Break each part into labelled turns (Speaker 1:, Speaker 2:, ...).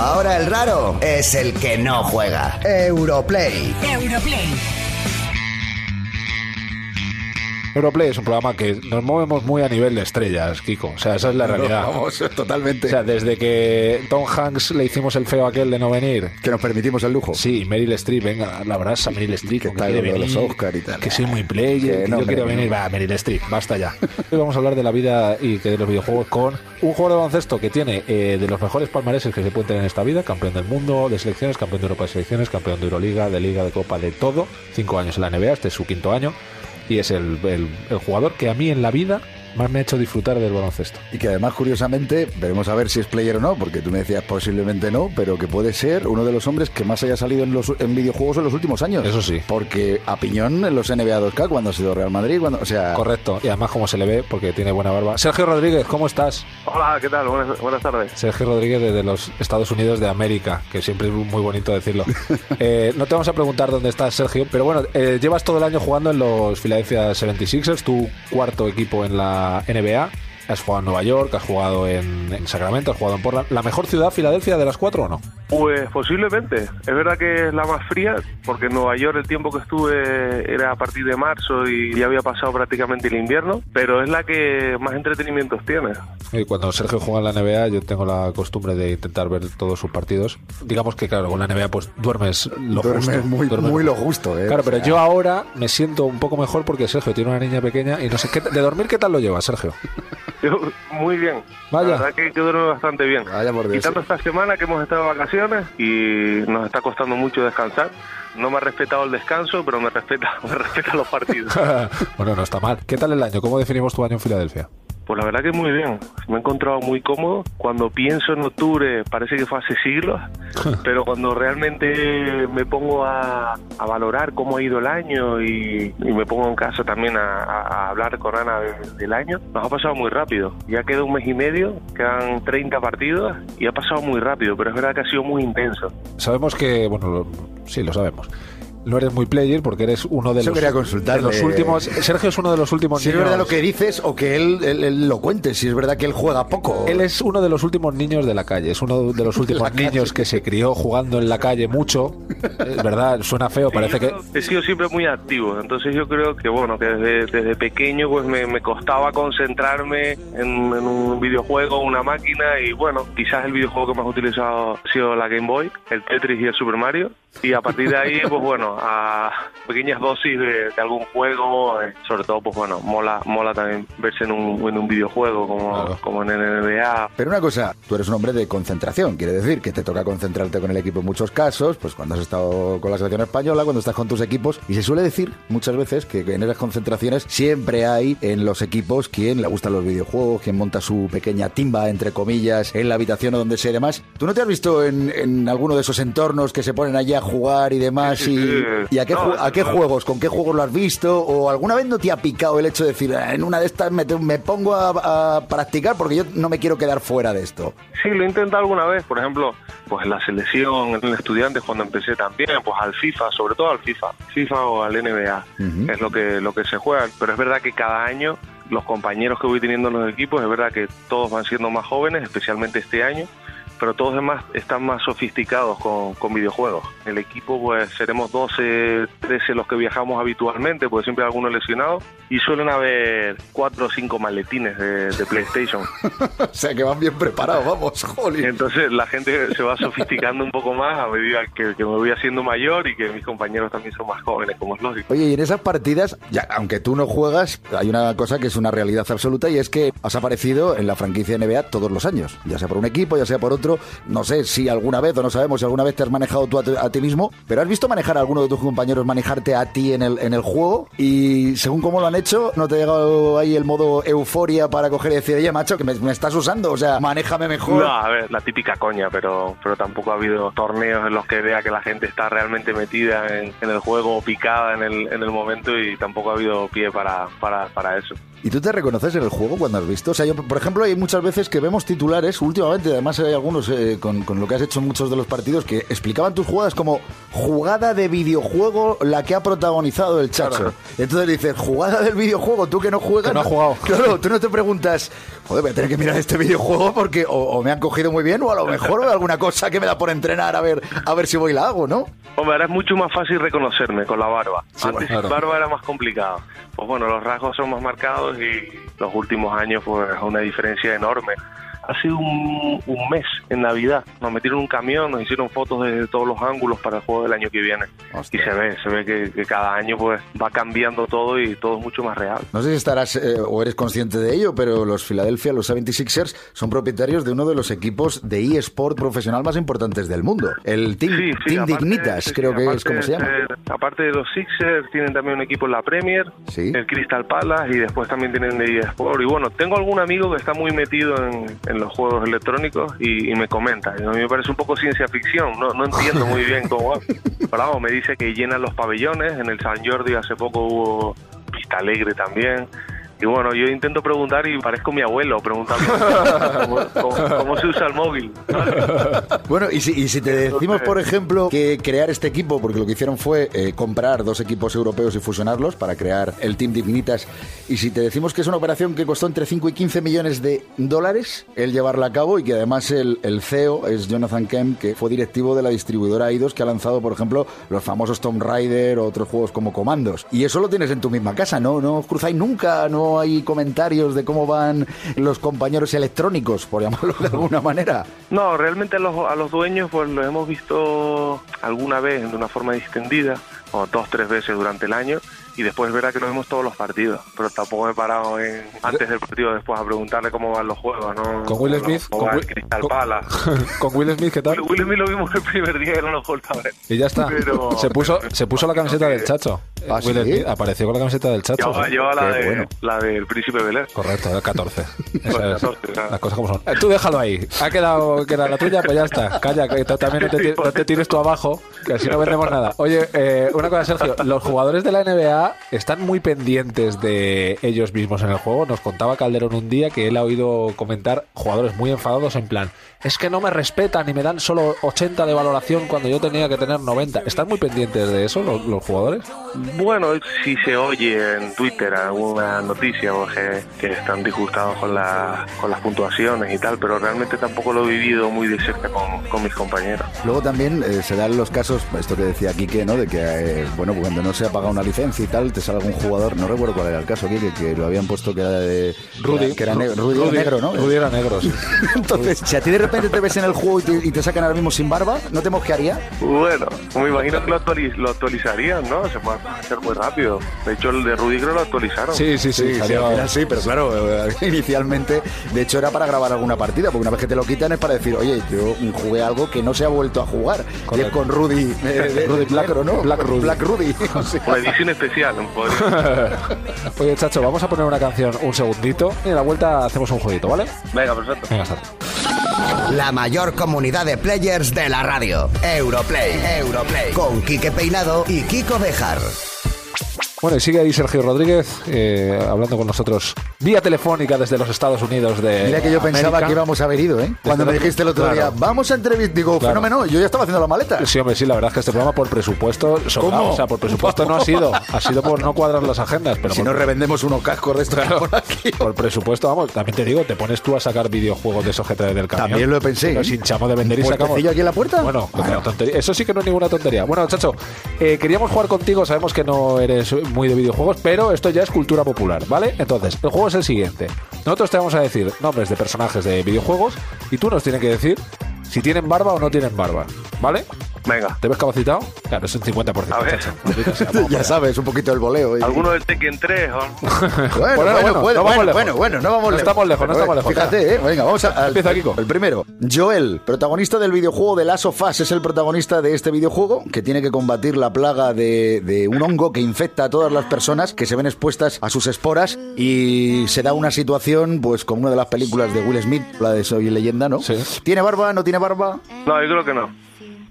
Speaker 1: Ahora el raro es el que no juega. Europlay.
Speaker 2: Europlay.
Speaker 3: Europlay es un programa que nos movemos muy a nivel de estrellas, Kiko. O sea, esa es la
Speaker 4: No,
Speaker 3: realidad.
Speaker 4: vamos, totalmente.
Speaker 3: O sea, desde que Tom Hanks le hicimos el feo aquel de no venir.
Speaker 4: que nos permitimos el lujo.
Speaker 3: Sí, Meryl Streep, venga, la brasa, Meryl Streep.
Speaker 4: que
Speaker 3: con
Speaker 4: está
Speaker 3: quiere
Speaker 4: lo de
Speaker 3: venir,
Speaker 4: los Oscar y tal.
Speaker 3: Que soy muy player,
Speaker 4: Que
Speaker 3: que
Speaker 4: no,
Speaker 3: yo quiero
Speaker 4: hombre,
Speaker 3: venir. Va, Meryl Streep, basta ya. Hoy vamos a hablar de la vida y que de los videojuegos con un jugador de baloncesto que tiene eh, de los mejores palmareses que se pueden tener en esta vida, campeón del mundo, de selecciones, campeón de Europa de selecciones, campeón de Euroliga, de Liga, de Copa, de todo. Cinco años en la NBA, este es su quinto año. Y es el, el- el jugador que a mí en la vida más me ha hecho disfrutar del baloncesto.
Speaker 4: Y que además, curiosamente, veremos a ver si es player o no, porque tú me decías posiblemente no, pero que puede ser uno de los hombres que más haya salido en, los, en videojuegos en los últimos años.
Speaker 3: Eso sí.
Speaker 4: Porque a piñón en los NBA 2K, cuando ha sido Real Madrid, cuando. O sea.
Speaker 3: Correcto, y además como se le ve, porque tiene buena barba. Sergio Rodríguez, ¿cómo estás?
Speaker 5: Hola, ¿qué tal? Buenas, buenas tardes.
Speaker 3: Sergio Rodríguez desde los Estados Unidos de América, que siempre es muy bonito decirlo. Eh, no te vamos a preguntar dónde estás, Sergio, pero bueno, eh, llevas todo el año jugando en los Philadelphia 76ers, tu cuarto equipo en la NBA. Has jugado en Nueva York, has jugado en, en Sacramento, has jugado en Portland. ¿La mejor ciudad, Filadelfia, de las cuatro o no?
Speaker 5: Pues posiblemente. Es verdad que es la más fría, porque en Nueva York el tiempo que estuve era a partir de marzo y ya había pasado prácticamente el invierno, pero es la que más entretenimientos tiene.
Speaker 3: Y cuando Sergio juega en la NBA, yo tengo la costumbre de intentar ver todos sus partidos. Digamos que, claro, con la NBA, pues duermes lo
Speaker 4: Duermes
Speaker 3: justo.
Speaker 4: muy-
Speaker 3: duermes
Speaker 4: muy lo justo, ¿eh?
Speaker 3: Claro,
Speaker 4: O
Speaker 3: pero
Speaker 4: sea-
Speaker 3: yo ahora me siento un poco mejor porque Sergio tiene una niña pequeña y no sé qué. ¿De dormir qué tal lo lleva, Sergio?
Speaker 5: Yo- Muy bien.
Speaker 3: Vaya.
Speaker 5: La verdad que, que duerme bastante bien.
Speaker 4: Vaya por Dios.
Speaker 5: Y tanto esta semana que hemos estado de vacaciones y nos está costando mucho descansar. No me ha respetado el descanso, pero me respeta, me respeta los partidos.
Speaker 3: bueno, no está mal. ¿Qué tal el año? ¿Cómo definimos tu año en Filadelfia?
Speaker 5: Pues la verdad que muy bien. Me he encontrado muy cómodo. Cuando pienso en octubre parece que fue hace siglos, pero cuando realmente me pongo a, a valorar cómo ha ido el año y, y me pongo en casa también a, a- a hablar con Ana de- del año, nos ha pasado muy rápido. Ya queda un mes y medio, quedan 30 partidos y ha pasado muy rápido, pero es verdad que ha sido muy intenso.
Speaker 3: Sabemos que, bueno, lo- sí, lo sabemos. No eres muy player porque eres uno de
Speaker 4: Yo
Speaker 3: los,
Speaker 4: quería consultarle.
Speaker 3: de los últimos. Sergio es uno de los últimos
Speaker 4: Si es
Speaker 3: niños.
Speaker 4: verdad lo que dices o que él, él- él lo cuente, si es verdad que él juega poco.
Speaker 3: Él es uno de los últimos niños de la calle, es uno de los últimos niños que se crió jugando en la calle mucho. Es verdad, suena feo, parece
Speaker 5: Sí, yo
Speaker 3: que.
Speaker 5: He sido siempre muy activo, entonces yo creo que, bueno, que desde, desde pequeño pues me, me costaba concentrarme en, en un videojuego, una máquina, y bueno, quizás el videojuego que más he utilizado ha sido la Game Boy, el Tetris y el Super Mario, y a partir de ahí, pues bueno, a pequeñas dosis de, de algún juego, eh, sobre todo, pues bueno, mola mola también verse en un, en un videojuego como,
Speaker 3: Claro.
Speaker 5: como en el NBA,
Speaker 4: Pero una cosa, tú eres un hombre de concentración, quiere decir que te toca concentrarte con el equipo en muchos casos, pues cuando has estado con la selección española, cuando estás con tus equipos, y se suele decir muchas veces que en esas concentraciones siempre hay en los equipos quien le gustan los videojuegos, quien monta su pequeña timba, entre comillas, en la habitación o donde sea y demás. ¿Tú no te has visto en, en alguno de esos entornos que se ponen allí a jugar y demás?
Speaker 5: Sí, sí,
Speaker 4: ¿Y,
Speaker 5: sí.
Speaker 4: y a qué,
Speaker 5: No,
Speaker 4: ju- a qué
Speaker 5: no.
Speaker 4: juegos? ¿Con qué juegos lo has visto? ¿O alguna vez no te ha picado el hecho de decir, "Ah, en una de estas me, te- me pongo a, a practicar porque yo no me quiero quedar fuera de esto?
Speaker 5: Sí, lo he intentado alguna vez, por ejemplo, pues en la selección, en estudiantes cuando empecé también, pues al FIFA, sobre todo al FIFA, FIFA o al NBA,
Speaker 4: Ujú.
Speaker 5: es lo que, lo que se juega, pero es verdad que cada año los compañeros que voy teniendo en los equipos, es verdad que todos van siendo más jóvenes, especialmente este año, pero todos demás están más sofisticados con, con videojuegos. El equipo, pues seremos 12, 13 los que viajamos habitualmente, porque siempre hay alguno lesionado, y suelen haber 4 o 5 maletines de- de PlayStation.
Speaker 4: O sea, que van bien preparados, vamos, jolín.
Speaker 5: Entonces la gente se va sofisticando un poco más a medida que, que me voy haciendo mayor y que mis compañeros también son más jóvenes, como es lógico.
Speaker 4: Oye, y en esas partidas, ya, aunque tú no juegas, hay una cosa que es una realidad absoluta y es que has aparecido en la franquicia NBA todos los años, ya sea por un equipo, ya sea por otro, no sé si alguna vez o no sabemos si alguna vez te has manejado tú a, tu- a ti mismo, pero has visto manejar a alguno de tus compañeros manejarte a ti en el, en el juego y según cómo lo han hecho, no te ha llegado ahí el modo euforia para coger y decir, oye, macho, que me, me estás usando, o sea, manéjame mejor.
Speaker 5: No, a ver, la típica coña, pero, pero tampoco ha habido torneos en los que vea que la gente está realmente metida en, en el juego o picada en el, en el momento y tampoco ha habido pie para, para, para eso.
Speaker 4: ¿Y tú te reconoces en el juego cuando has visto? O sea, yo, por ejemplo, hay muchas veces que vemos titulares, últimamente, además hay algunos eh, con, con lo que has hecho en muchos de los partidos, que explicaban tus jugadas como jugada de videojuego la que ha protagonizado el chacho.
Speaker 5: Claro.
Speaker 4: Entonces dices, jugada del videojuego, tú que no juegas.
Speaker 3: Que no has jugado.
Speaker 4: Claro, tú no te preguntas, joder, voy a tener que mirar este videojuego porque o, o me han cogido muy bien o a lo mejor hay alguna cosa que me da por entrenar a ver, a ver si voy y la hago, ¿no?
Speaker 5: Hombre, ahora es mucho más fácil reconocerme con la barba.
Speaker 4: Sí,
Speaker 5: Antes
Speaker 3: bueno,
Speaker 5: sin
Speaker 3: claro.
Speaker 5: barba era más complicado. Pues bueno, los rasgos son más marcados y los últimos años, pues una diferencia enorme. Ha sido un, un mes en Navidad. Nos metieron en un camión, nos hicieron fotos desde todos los ángulos para el juego del año que viene.
Speaker 4: Hostia.
Speaker 5: Y se ve, se ve que, que cada año pues va cambiando todo y todo es mucho más real.
Speaker 4: No sé si estarás eh, o eres consciente de ello, pero los Philadelphia, los 76ers, son propietarios de uno de los equipos de eSport profesional más importantes del mundo. El Team,
Speaker 5: Sí, sí,
Speaker 4: Team
Speaker 5: aparte-
Speaker 4: Dignitas,
Speaker 5: sí, sí,
Speaker 4: creo que es
Speaker 5: aparte
Speaker 4: como se
Speaker 5: de
Speaker 4: llama.
Speaker 5: ser- aparte de los Sixers, tienen también un equipo en la Premier,
Speaker 4: Sí.
Speaker 5: el Crystal Palace y después también tienen de eSport. Y bueno, tengo algún amigo que está muy metido en, en los juegos electrónicos y, y me comenta. Y A mí me parece un poco ciencia ficción, no, no entiendo muy bien cómo va. Pero vamos, me dice que llenan los pabellones, en el San Jordi hace poco hubo Pista Alegre también. Y bueno, yo intento preguntar y parezco mi abuelo preguntando cómo, cómo- cómo se usa el móvil.
Speaker 4: Bueno, y si, y si te decimos, por ejemplo, que crear este equipo, porque lo que hicieron fue eh, comprar dos equipos europeos y fusionarlos para crear el Team Dignitas, y si te decimos que es una operación que costó entre 5 y 15 millones de dólares el llevarla a cabo y que además el, el CEO es Jonathan Kemp, que fue directivo de la distribuidora Eidos, que ha lanzado, por ejemplo, los famosos Tomb Raider o otros juegos como Comandos. Y eso lo tienes en tu misma casa, ¿no? No os cruzáis nunca, no hay comentarios de cómo van los compañeros electrónicos, por llamarlo de alguna manera.
Speaker 5: No, realmente a los, a los dueños pues los hemos visto alguna vez de una forma distendida, o dos, tres veces durante el año, y después verá que nos vemos todos los partidos, pero tampoco he parado en, antes del partido después a preguntarle cómo van los juegos, ¿no?
Speaker 3: Con Will
Speaker 5: Bueno,
Speaker 3: Smith.
Speaker 5: cómo
Speaker 3: con,
Speaker 5: va
Speaker 3: Will,
Speaker 5: el Crystal
Speaker 3: con-
Speaker 5: Palace.
Speaker 3: con Will Smith, ¿qué tal?
Speaker 5: Will, Will Smith lo vimos el primer día que no nos volvamos a ver.
Speaker 3: Y ya está.
Speaker 5: Pero-
Speaker 3: se puso, se puso la camiseta del chacho.
Speaker 4: ¿Ah,
Speaker 3: Will
Speaker 4: sí?
Speaker 3: Smith apareció con la camiseta del chacho.
Speaker 5: Llevaba, llevaba la,
Speaker 4: Qué
Speaker 5: de,
Speaker 4: bueno.
Speaker 5: la del Príncipe Belén.
Speaker 3: Correcto, el 14.
Speaker 5: Pues
Speaker 3: Esa es,
Speaker 5: 14, claro.
Speaker 3: Las cosas como son. Eh, Tú déjalo ahí. Ha quedado que era la tuya, pues ya está. Calla, que tú también no te, ti- no te tires tú abajo, que así no vendemos nada. Oye, eh, una cosa, Sergio. Los jugadores de la NBA están muy pendientes de ellos mismos en el juego. Nos contaba Calderón un día que él ha oído comentar jugadores muy enfadados en plan: es que no me respetan y me dan solo 80 de valoración cuando yo tenía que tener 90. ¿Están muy pendientes de eso los, los jugadores?
Speaker 5: Bueno, si se oye en Twitter alguna noticia o que, que están disgustados con, la- con las puntuaciones y tal, pero realmente tampoco lo he vivido muy de cerca con, con mis compañeros.
Speaker 4: Luego también eh, se dan los casos, esto que decía Quique, ¿no? De que, eh, bueno, cuando no se ha pagado una licencia y tal, te sale algún jugador, no recuerdo cuál era el caso, Quique, que lo habían puesto que era de...
Speaker 3: Rudy.
Speaker 4: Que era negro, Rudy, era negro, ¿no?
Speaker 3: Rudy era negro, sí.
Speaker 4: Entonces, si a ti de repente te ves en el juego y te, y te sacan ahora mismo sin barba, ¿no te mosquearía?
Speaker 5: Bueno, me imagino que lo, actualiz- lo actualizarían, ¿no? Se puede hacer muy rápido. De hecho, el de Rudy creo lo actualizaron.
Speaker 3: Sí, sí, sí.
Speaker 4: al
Speaker 3: salió-
Speaker 4: final sí, pero claro, eh, inicialmente, de hecho era para grabar alguna partida, porque una vez que te lo quitan es para decir, oye, yo jugué algo que no se ha vuelto a jugar, y es
Speaker 3: Correcto.
Speaker 4: con Rudy, eh,
Speaker 3: Rudy Black,
Speaker 4: negro, ¿no?
Speaker 3: Black Rudy.
Speaker 4: Black Rudy. o sea.
Speaker 5: Una edición especial, podría-
Speaker 3: Oye, Pues, Chacho, vamos a poner una canción un segundito y a la vuelta hacemos un jueguito, ¿vale?
Speaker 5: Venga, perfecto.
Speaker 3: Venga, Chacho.
Speaker 1: La mayor comunidad de players de la radio. Europlay. Europlay. Con Quique Peinado y Kiko Bejar.
Speaker 3: Bueno, y sigue ahí Sergio Rodríguez eh, hablando con nosotros vía telefónica desde los Estados Unidos de
Speaker 4: Mira que yo pensaba
Speaker 3: América.
Speaker 4: que íbamos a haber ido, ¿eh? Cuando me dijiste el otro
Speaker 3: Claro.
Speaker 4: día, vamos a entrevistar, digo,
Speaker 3: Claro.
Speaker 4: fenómeno, yo ya estaba haciendo la maleta.
Speaker 3: Sí, hombre, sí, la verdad es que este programa por presupuesto sobrado.
Speaker 4: ¿Cómo?
Speaker 3: O sea, por presupuesto no ha sido. Ha sido por no cuadrar las agendas, pero
Speaker 4: Si
Speaker 3: por,
Speaker 4: no revendemos unos cascos de estos que por aquí.
Speaker 3: por presupuesto, vamos, también te digo, te pones tú a sacar videojuegos de esos que traes del camión.
Speaker 4: También lo pensé, ¿eh?
Speaker 3: Nos hinchamos de vender y
Speaker 4: ¿Un
Speaker 3: sacamos.
Speaker 4: puertecillo aquí en la puerta?
Speaker 3: Bueno,
Speaker 4: Bueno.
Speaker 3: otra tontería. eso sí que no es ninguna tontería. Bueno, chacho, eh, queríamos jugar contigo. Sabemos que no eres muy de videojuegos, pero esto ya es cultura popular, ¿vale? Entonces, el juego es el siguiente. Nosotros te vamos a decir nombres de personajes de videojuegos y tú nos tienes que decir si tienen barba o no tienen barba, ¿vale?
Speaker 5: Venga.
Speaker 3: ¿Te ves capacitado? Claro, es un 50%.
Speaker 5: A ver.
Speaker 3: chacho. Maldita sea, vamos
Speaker 4: Ya
Speaker 3: allá.
Speaker 4: sabes, un poquito el voleo. ¿eh?
Speaker 5: ¿Alguno del Tekken 3? o-
Speaker 3: Bueno,
Speaker 4: Bueno, bueno,
Speaker 3: bueno, no vamos
Speaker 4: bueno, bueno,
Speaker 3: lejos.
Speaker 4: bueno, bueno, no vamos
Speaker 3: No
Speaker 4: lejos.
Speaker 3: estamos lejos, no
Speaker 4: Pero,
Speaker 3: estamos lejos,
Speaker 4: Fíjate, ¿eh? venga, vamos a, al,
Speaker 3: Empieza, Kiko.
Speaker 4: El primero, Joel, protagonista del videojuego de Last of Us, es el protagonista de este videojuego que tiene que combatir la plaga de, de un hongo que infecta a todas las personas que se ven expuestas a sus esporas y se da una situación, pues, como una de las películas de Will Smith, la de Soy Leyenda, ¿no?
Speaker 3: Sí.
Speaker 4: ¿Tiene barba? ¿No tiene barba?
Speaker 5: No, yo creo que no.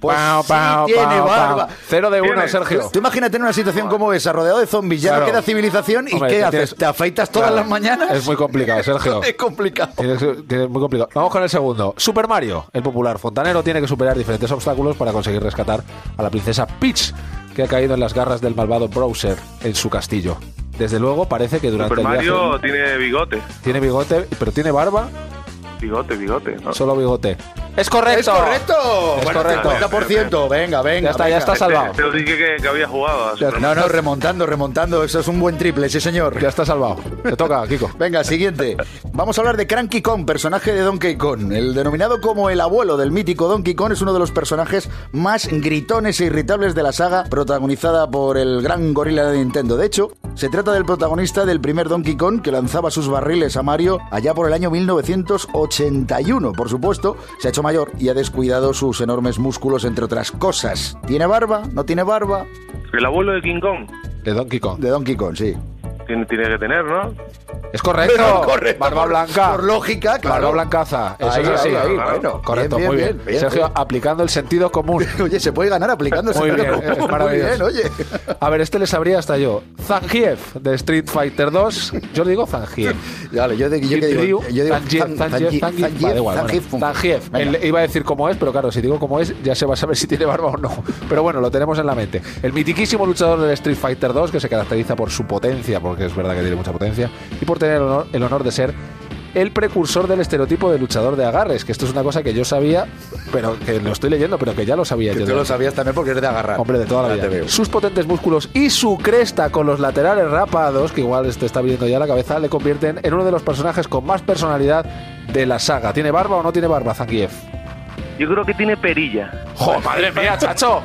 Speaker 4: Pues sí tiene barba. este
Speaker 3: Cero de uno,
Speaker 5: Tiene.
Speaker 3: Sergio.
Speaker 4: Tú imagínate en una situación como esa, rodeado de zombies, ya
Speaker 3: Claro.
Speaker 4: no queda civilización y
Speaker 3: Hombre,
Speaker 4: ¿qué
Speaker 3: tú
Speaker 4: haces?
Speaker 3: tienes-
Speaker 4: ¿Te afeitas todas
Speaker 3: Claro.
Speaker 4: las mañanas?
Speaker 3: Es muy complicado, Sergio.
Speaker 4: es complicado.
Speaker 3: Tiene que ser- tiene- muy complicado. Vamos con el segundo. Super Mario, el popular fontanero, tiene que superar diferentes obstáculos para conseguir rescatar a la princesa Peach, que ha caído en las garras del malvado Browser en su castillo. Desde luego parece que durante
Speaker 5: Super
Speaker 3: el viaje
Speaker 5: Mario tiene bigote.
Speaker 3: tiene bigote, pero tiene barba,
Speaker 5: Bigote, bigote. ¿no?
Speaker 3: solo bigote. ¡Es correcto!
Speaker 4: ¡Es correcto!
Speaker 3: Es
Speaker 4: Bueno,
Speaker 3: correcto.
Speaker 4: 50%. Venga, venga.
Speaker 3: Ya está, ya
Speaker 4: venga.
Speaker 3: está salvado.
Speaker 5: Te, te Este, dije que, que había jugado.
Speaker 3: Ya
Speaker 5: a Super
Speaker 3: está.
Speaker 5: Mario.
Speaker 4: No, no, remontando, remontando. Eso es un buen triple, sí, señor.
Speaker 3: Ya está salvado. Te toca, Kiko.
Speaker 4: Venga, siguiente. Vamos a hablar de Cranky Kong, personaje de Donkey Kong. El denominado como el abuelo del mítico Donkey Kong es uno de los personajes más gritones e irritables de la saga, protagonizada por el gran gorila de Nintendo. De hecho, se trata del protagonista del primer Donkey Kong que lanzaba sus barriles a Mario allá por el año 1981. Por supuesto, se ha hecho mayor y ha descuidado sus enormes músculos, entre otras cosas. ¿Tiene barba? ¿No tiene barba?
Speaker 5: El abuelo de King Kong
Speaker 3: De Donkey Kong.
Speaker 4: De Donkey Kong, sí.
Speaker 5: tiene, tiene que tener, ¿no?
Speaker 3: ¡Es correcto!
Speaker 4: Correcto,
Speaker 3: Barba
Speaker 4: por-
Speaker 3: blanca.
Speaker 4: Por lógica, claro.
Speaker 3: Barba blancaza. Eso
Speaker 4: Ahí,
Speaker 3: es así.
Speaker 4: ahí, ahí,
Speaker 5: claro.
Speaker 4: bueno.
Speaker 3: Correcto,
Speaker 4: Bien,
Speaker 3: muy
Speaker 4: bien,
Speaker 3: bien.
Speaker 4: bien,
Speaker 3: Sergio,
Speaker 4: bien.
Speaker 3: aplicando el sentido común.
Speaker 4: Oye, se puede ganar aplicándose.
Speaker 3: Muy bien,
Speaker 4: Muy
Speaker 3: es maravilloso.
Speaker 4: bien, oye.
Speaker 3: A ver, este le sabría hasta yo. Zangief de Street Fighter 2. Yo le digo Zangief.
Speaker 4: Vale, yo, de- yo que
Speaker 3: Ryu,
Speaker 4: digo, yo digo
Speaker 3: Zangief,
Speaker 4: Zan- Zangief,
Speaker 3: Zangief, Zangief. Va, da igual, bueno.
Speaker 4: Zangief,
Speaker 3: Zangief.
Speaker 4: Venga.
Speaker 3: El- Iba a decir cómo es, pero claro, si digo cómo es, ya se va a saber si tiene barba o no. Pero bueno, lo tenemos en la mente. El mitiquísimo luchador del Street Fighter 2, que se caracteriza por su potencia, porque es verdad que tiene mucha potencia, y por tener el honor, el honor de ser el precursor del estereotipo de luchador de agarres, que esto es una cosa que yo sabía, pero que lo estoy leyendo, pero que ya lo sabía
Speaker 4: Que
Speaker 3: yo.
Speaker 4: tú
Speaker 3: de-
Speaker 4: lo sabías también porque eres de agarrar.
Speaker 3: Hombre, de toda la
Speaker 4: Ya
Speaker 3: vida.
Speaker 4: te veo.
Speaker 3: Sus potentes músculos y su cresta con los laterales rapados, que igual te está viniendo ya a la cabeza, le convierten en uno de los personajes con más personalidad de la saga. ¿Tiene barba o no tiene barba, Zangief?
Speaker 5: Yo creo que tiene perilla.
Speaker 3: ¡Jo, madre mía, chacho!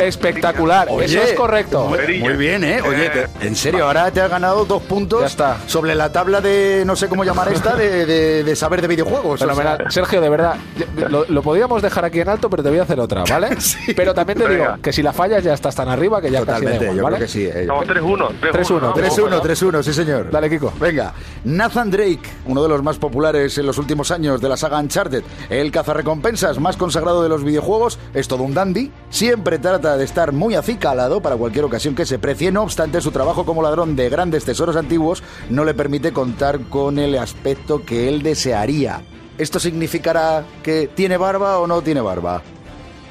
Speaker 3: Espectacular,
Speaker 4: Oye,
Speaker 3: eso es correcto.
Speaker 4: Muy,
Speaker 5: Perilla.
Speaker 4: muy bien, ¿eh? Oye,
Speaker 5: Eh.
Speaker 4: te- en serio, ahora te has ganado dos puntos
Speaker 3: Ya está.
Speaker 4: sobre la tabla de, no sé cómo llamar esta, de, de- de saber de videojuegos. O sea,
Speaker 3: Fenomenal. Sergio, de verdad, yo- lo, lo podíamos dejar aquí en alto, pero te voy a hacer otra, ¿vale? Pero también te digo
Speaker 5: Venga.
Speaker 3: que si la fallas ya estás tan arriba que ya
Speaker 4: totalmente,
Speaker 3: casi da
Speaker 4: yo
Speaker 3: igual, ¿vale?
Speaker 4: creo que sí. eh.
Speaker 5: Estamos 3-1.
Speaker 3: 3-1,
Speaker 5: 3-1.
Speaker 4: 3-1,
Speaker 5: ¿no?
Speaker 4: 3-1, sí señor.
Speaker 3: Dale, Kiko.
Speaker 4: Venga, Nathan Drake, uno de los más populares en los últimos años de la saga Uncharted, el cazarrecompensas más consagrado de los videojuegos, es todo un dandy, siempre trata de estar muy acicalado para cualquier ocasión que se precie, no obstante su trabajo como ladrón de grandes tesoros antiguos no le permite contar con el aspecto que él desearía. ¿Esto significará que tiene barba o no tiene barba?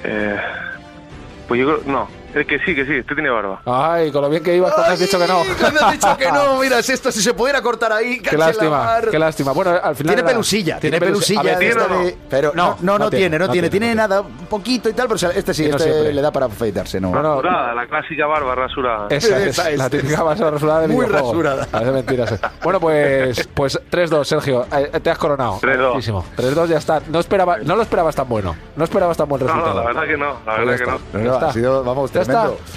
Speaker 5: Eh, pues yo creo. No. Es que sí, que sí. Este tiene barba.
Speaker 3: Ay, con lo bien que ibas cuando has dicho que no.
Speaker 4: Ay, cuando has dicho que no, mira, si esto si se pudiera cortar ahí,
Speaker 3: Qué
Speaker 4: cache la
Speaker 3: lástima,
Speaker 4: mar.
Speaker 3: qué lástima. Bueno, al final.
Speaker 4: Tiene
Speaker 3: era-
Speaker 4: pelusilla, tiene pelusilla.
Speaker 3: A ver,
Speaker 4: de
Speaker 5: ¿tiene
Speaker 4: esta
Speaker 5: o no?
Speaker 4: de- Pero no, no, no tiene, no tiene. Tiene
Speaker 3: no
Speaker 4: nada, un poquito y tal, pero o sea, este sí,
Speaker 3: Y no
Speaker 4: este
Speaker 3: siempre.
Speaker 4: le da para afeitarse, ¿no?
Speaker 3: No, no,
Speaker 5: Rasurada, la clásica barba rasurada.
Speaker 3: Esa es,
Speaker 4: Esa es,
Speaker 3: la típica
Speaker 4: esa.
Speaker 3: base rasurada de
Speaker 4: Muy
Speaker 3: videojuego.
Speaker 4: rasurada.
Speaker 3: Parece mentira. sí. Bueno, pues, pues 3-2, Sergio. Eh, Te has coronado.
Speaker 5: 3-2.
Speaker 3: Muchísimo. 3-2 ya está. No, esperaba, no lo esperabas tan bueno. No esperabas tan buen
Speaker 5: No,
Speaker 3: resultado.
Speaker 5: no, la verdad que no. La
Speaker 3: Pues
Speaker 5: verdad
Speaker 3: ya
Speaker 5: que no.
Speaker 3: está.
Speaker 4: No,
Speaker 3: Ya
Speaker 4: no, ha
Speaker 3: está.
Speaker 4: sido, vamos,
Speaker 3: Ya está.
Speaker 4: tremendo.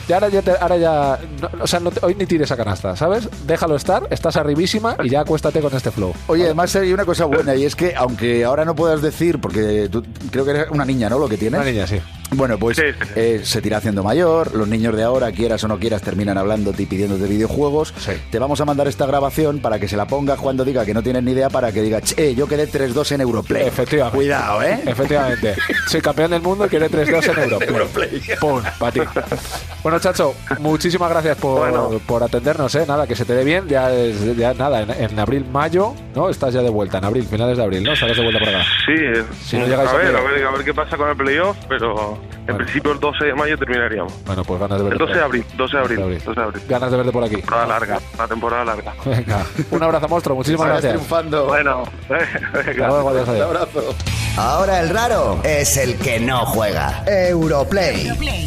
Speaker 3: Y ahora ya, te- ahora ya no- o sea, no te- hoy ni tires a canasta, ¿sabes? Déjalo estar, estás arribísima y ya acuéstate con este flow.
Speaker 4: Oye, además hay una cosa buena y es que, aunque ahora no puedas decir, porque tú creo que eres una niña, ¿no? Lo que tienes.
Speaker 3: Una niña, sí.
Speaker 4: Bueno, pues
Speaker 5: Sí, sí.
Speaker 4: eh, se tira haciendo mayor, los niños de ahora, quieras o no quieras, terminan hablándote y pidiéndote videojuegos.
Speaker 3: Sí.
Speaker 4: Te vamos a mandar esta grabación para que se la pongas cuando diga que no tienes ni idea, para que diga, che, yo quedé 3-2 en Europlay.
Speaker 3: Efectivamente.
Speaker 4: Cuidado, ¿eh?
Speaker 3: Efectivamente. Soy campeón del mundo y quiere 3-2 en Europa. Pum, para ti. Bueno, Chacho, muchísimas gracias por,
Speaker 5: Bueno.
Speaker 3: por atendernos, ¿eh? Nada, que se te dé bien. Ya, es- ya nada, en, en abril, mayo, ¿no? Estás ya de vuelta, en abril, finales de abril, ¿no? Estarás de vuelta por acá.
Speaker 5: Sí, eh,
Speaker 3: Si no llegáis
Speaker 5: a,
Speaker 3: a
Speaker 5: ver, a
Speaker 3: playoff.
Speaker 5: ver, a ver qué pasa con el playoff, pero en
Speaker 3: Bueno.
Speaker 5: principio el 12 de mayo terminaríamos.
Speaker 3: Bueno, pues ganas de verte.
Speaker 5: El
Speaker 3: por
Speaker 5: 12 de
Speaker 3: aquí.
Speaker 5: abril, 12 de abril, 12 de abril.
Speaker 3: Ganas de verte por aquí.
Speaker 5: Temporada larga, una temporada larga.
Speaker 3: Venga. Un abrazo, monstruo. Muchísimas
Speaker 4: Sigas
Speaker 3: gracias.
Speaker 4: triunfando.
Speaker 5: Bueno,
Speaker 3: Hasta
Speaker 5: venga.
Speaker 3: luego, adiós, adiós.
Speaker 4: abrazo.
Speaker 1: Ahora el raro es el que no juega. Europlay.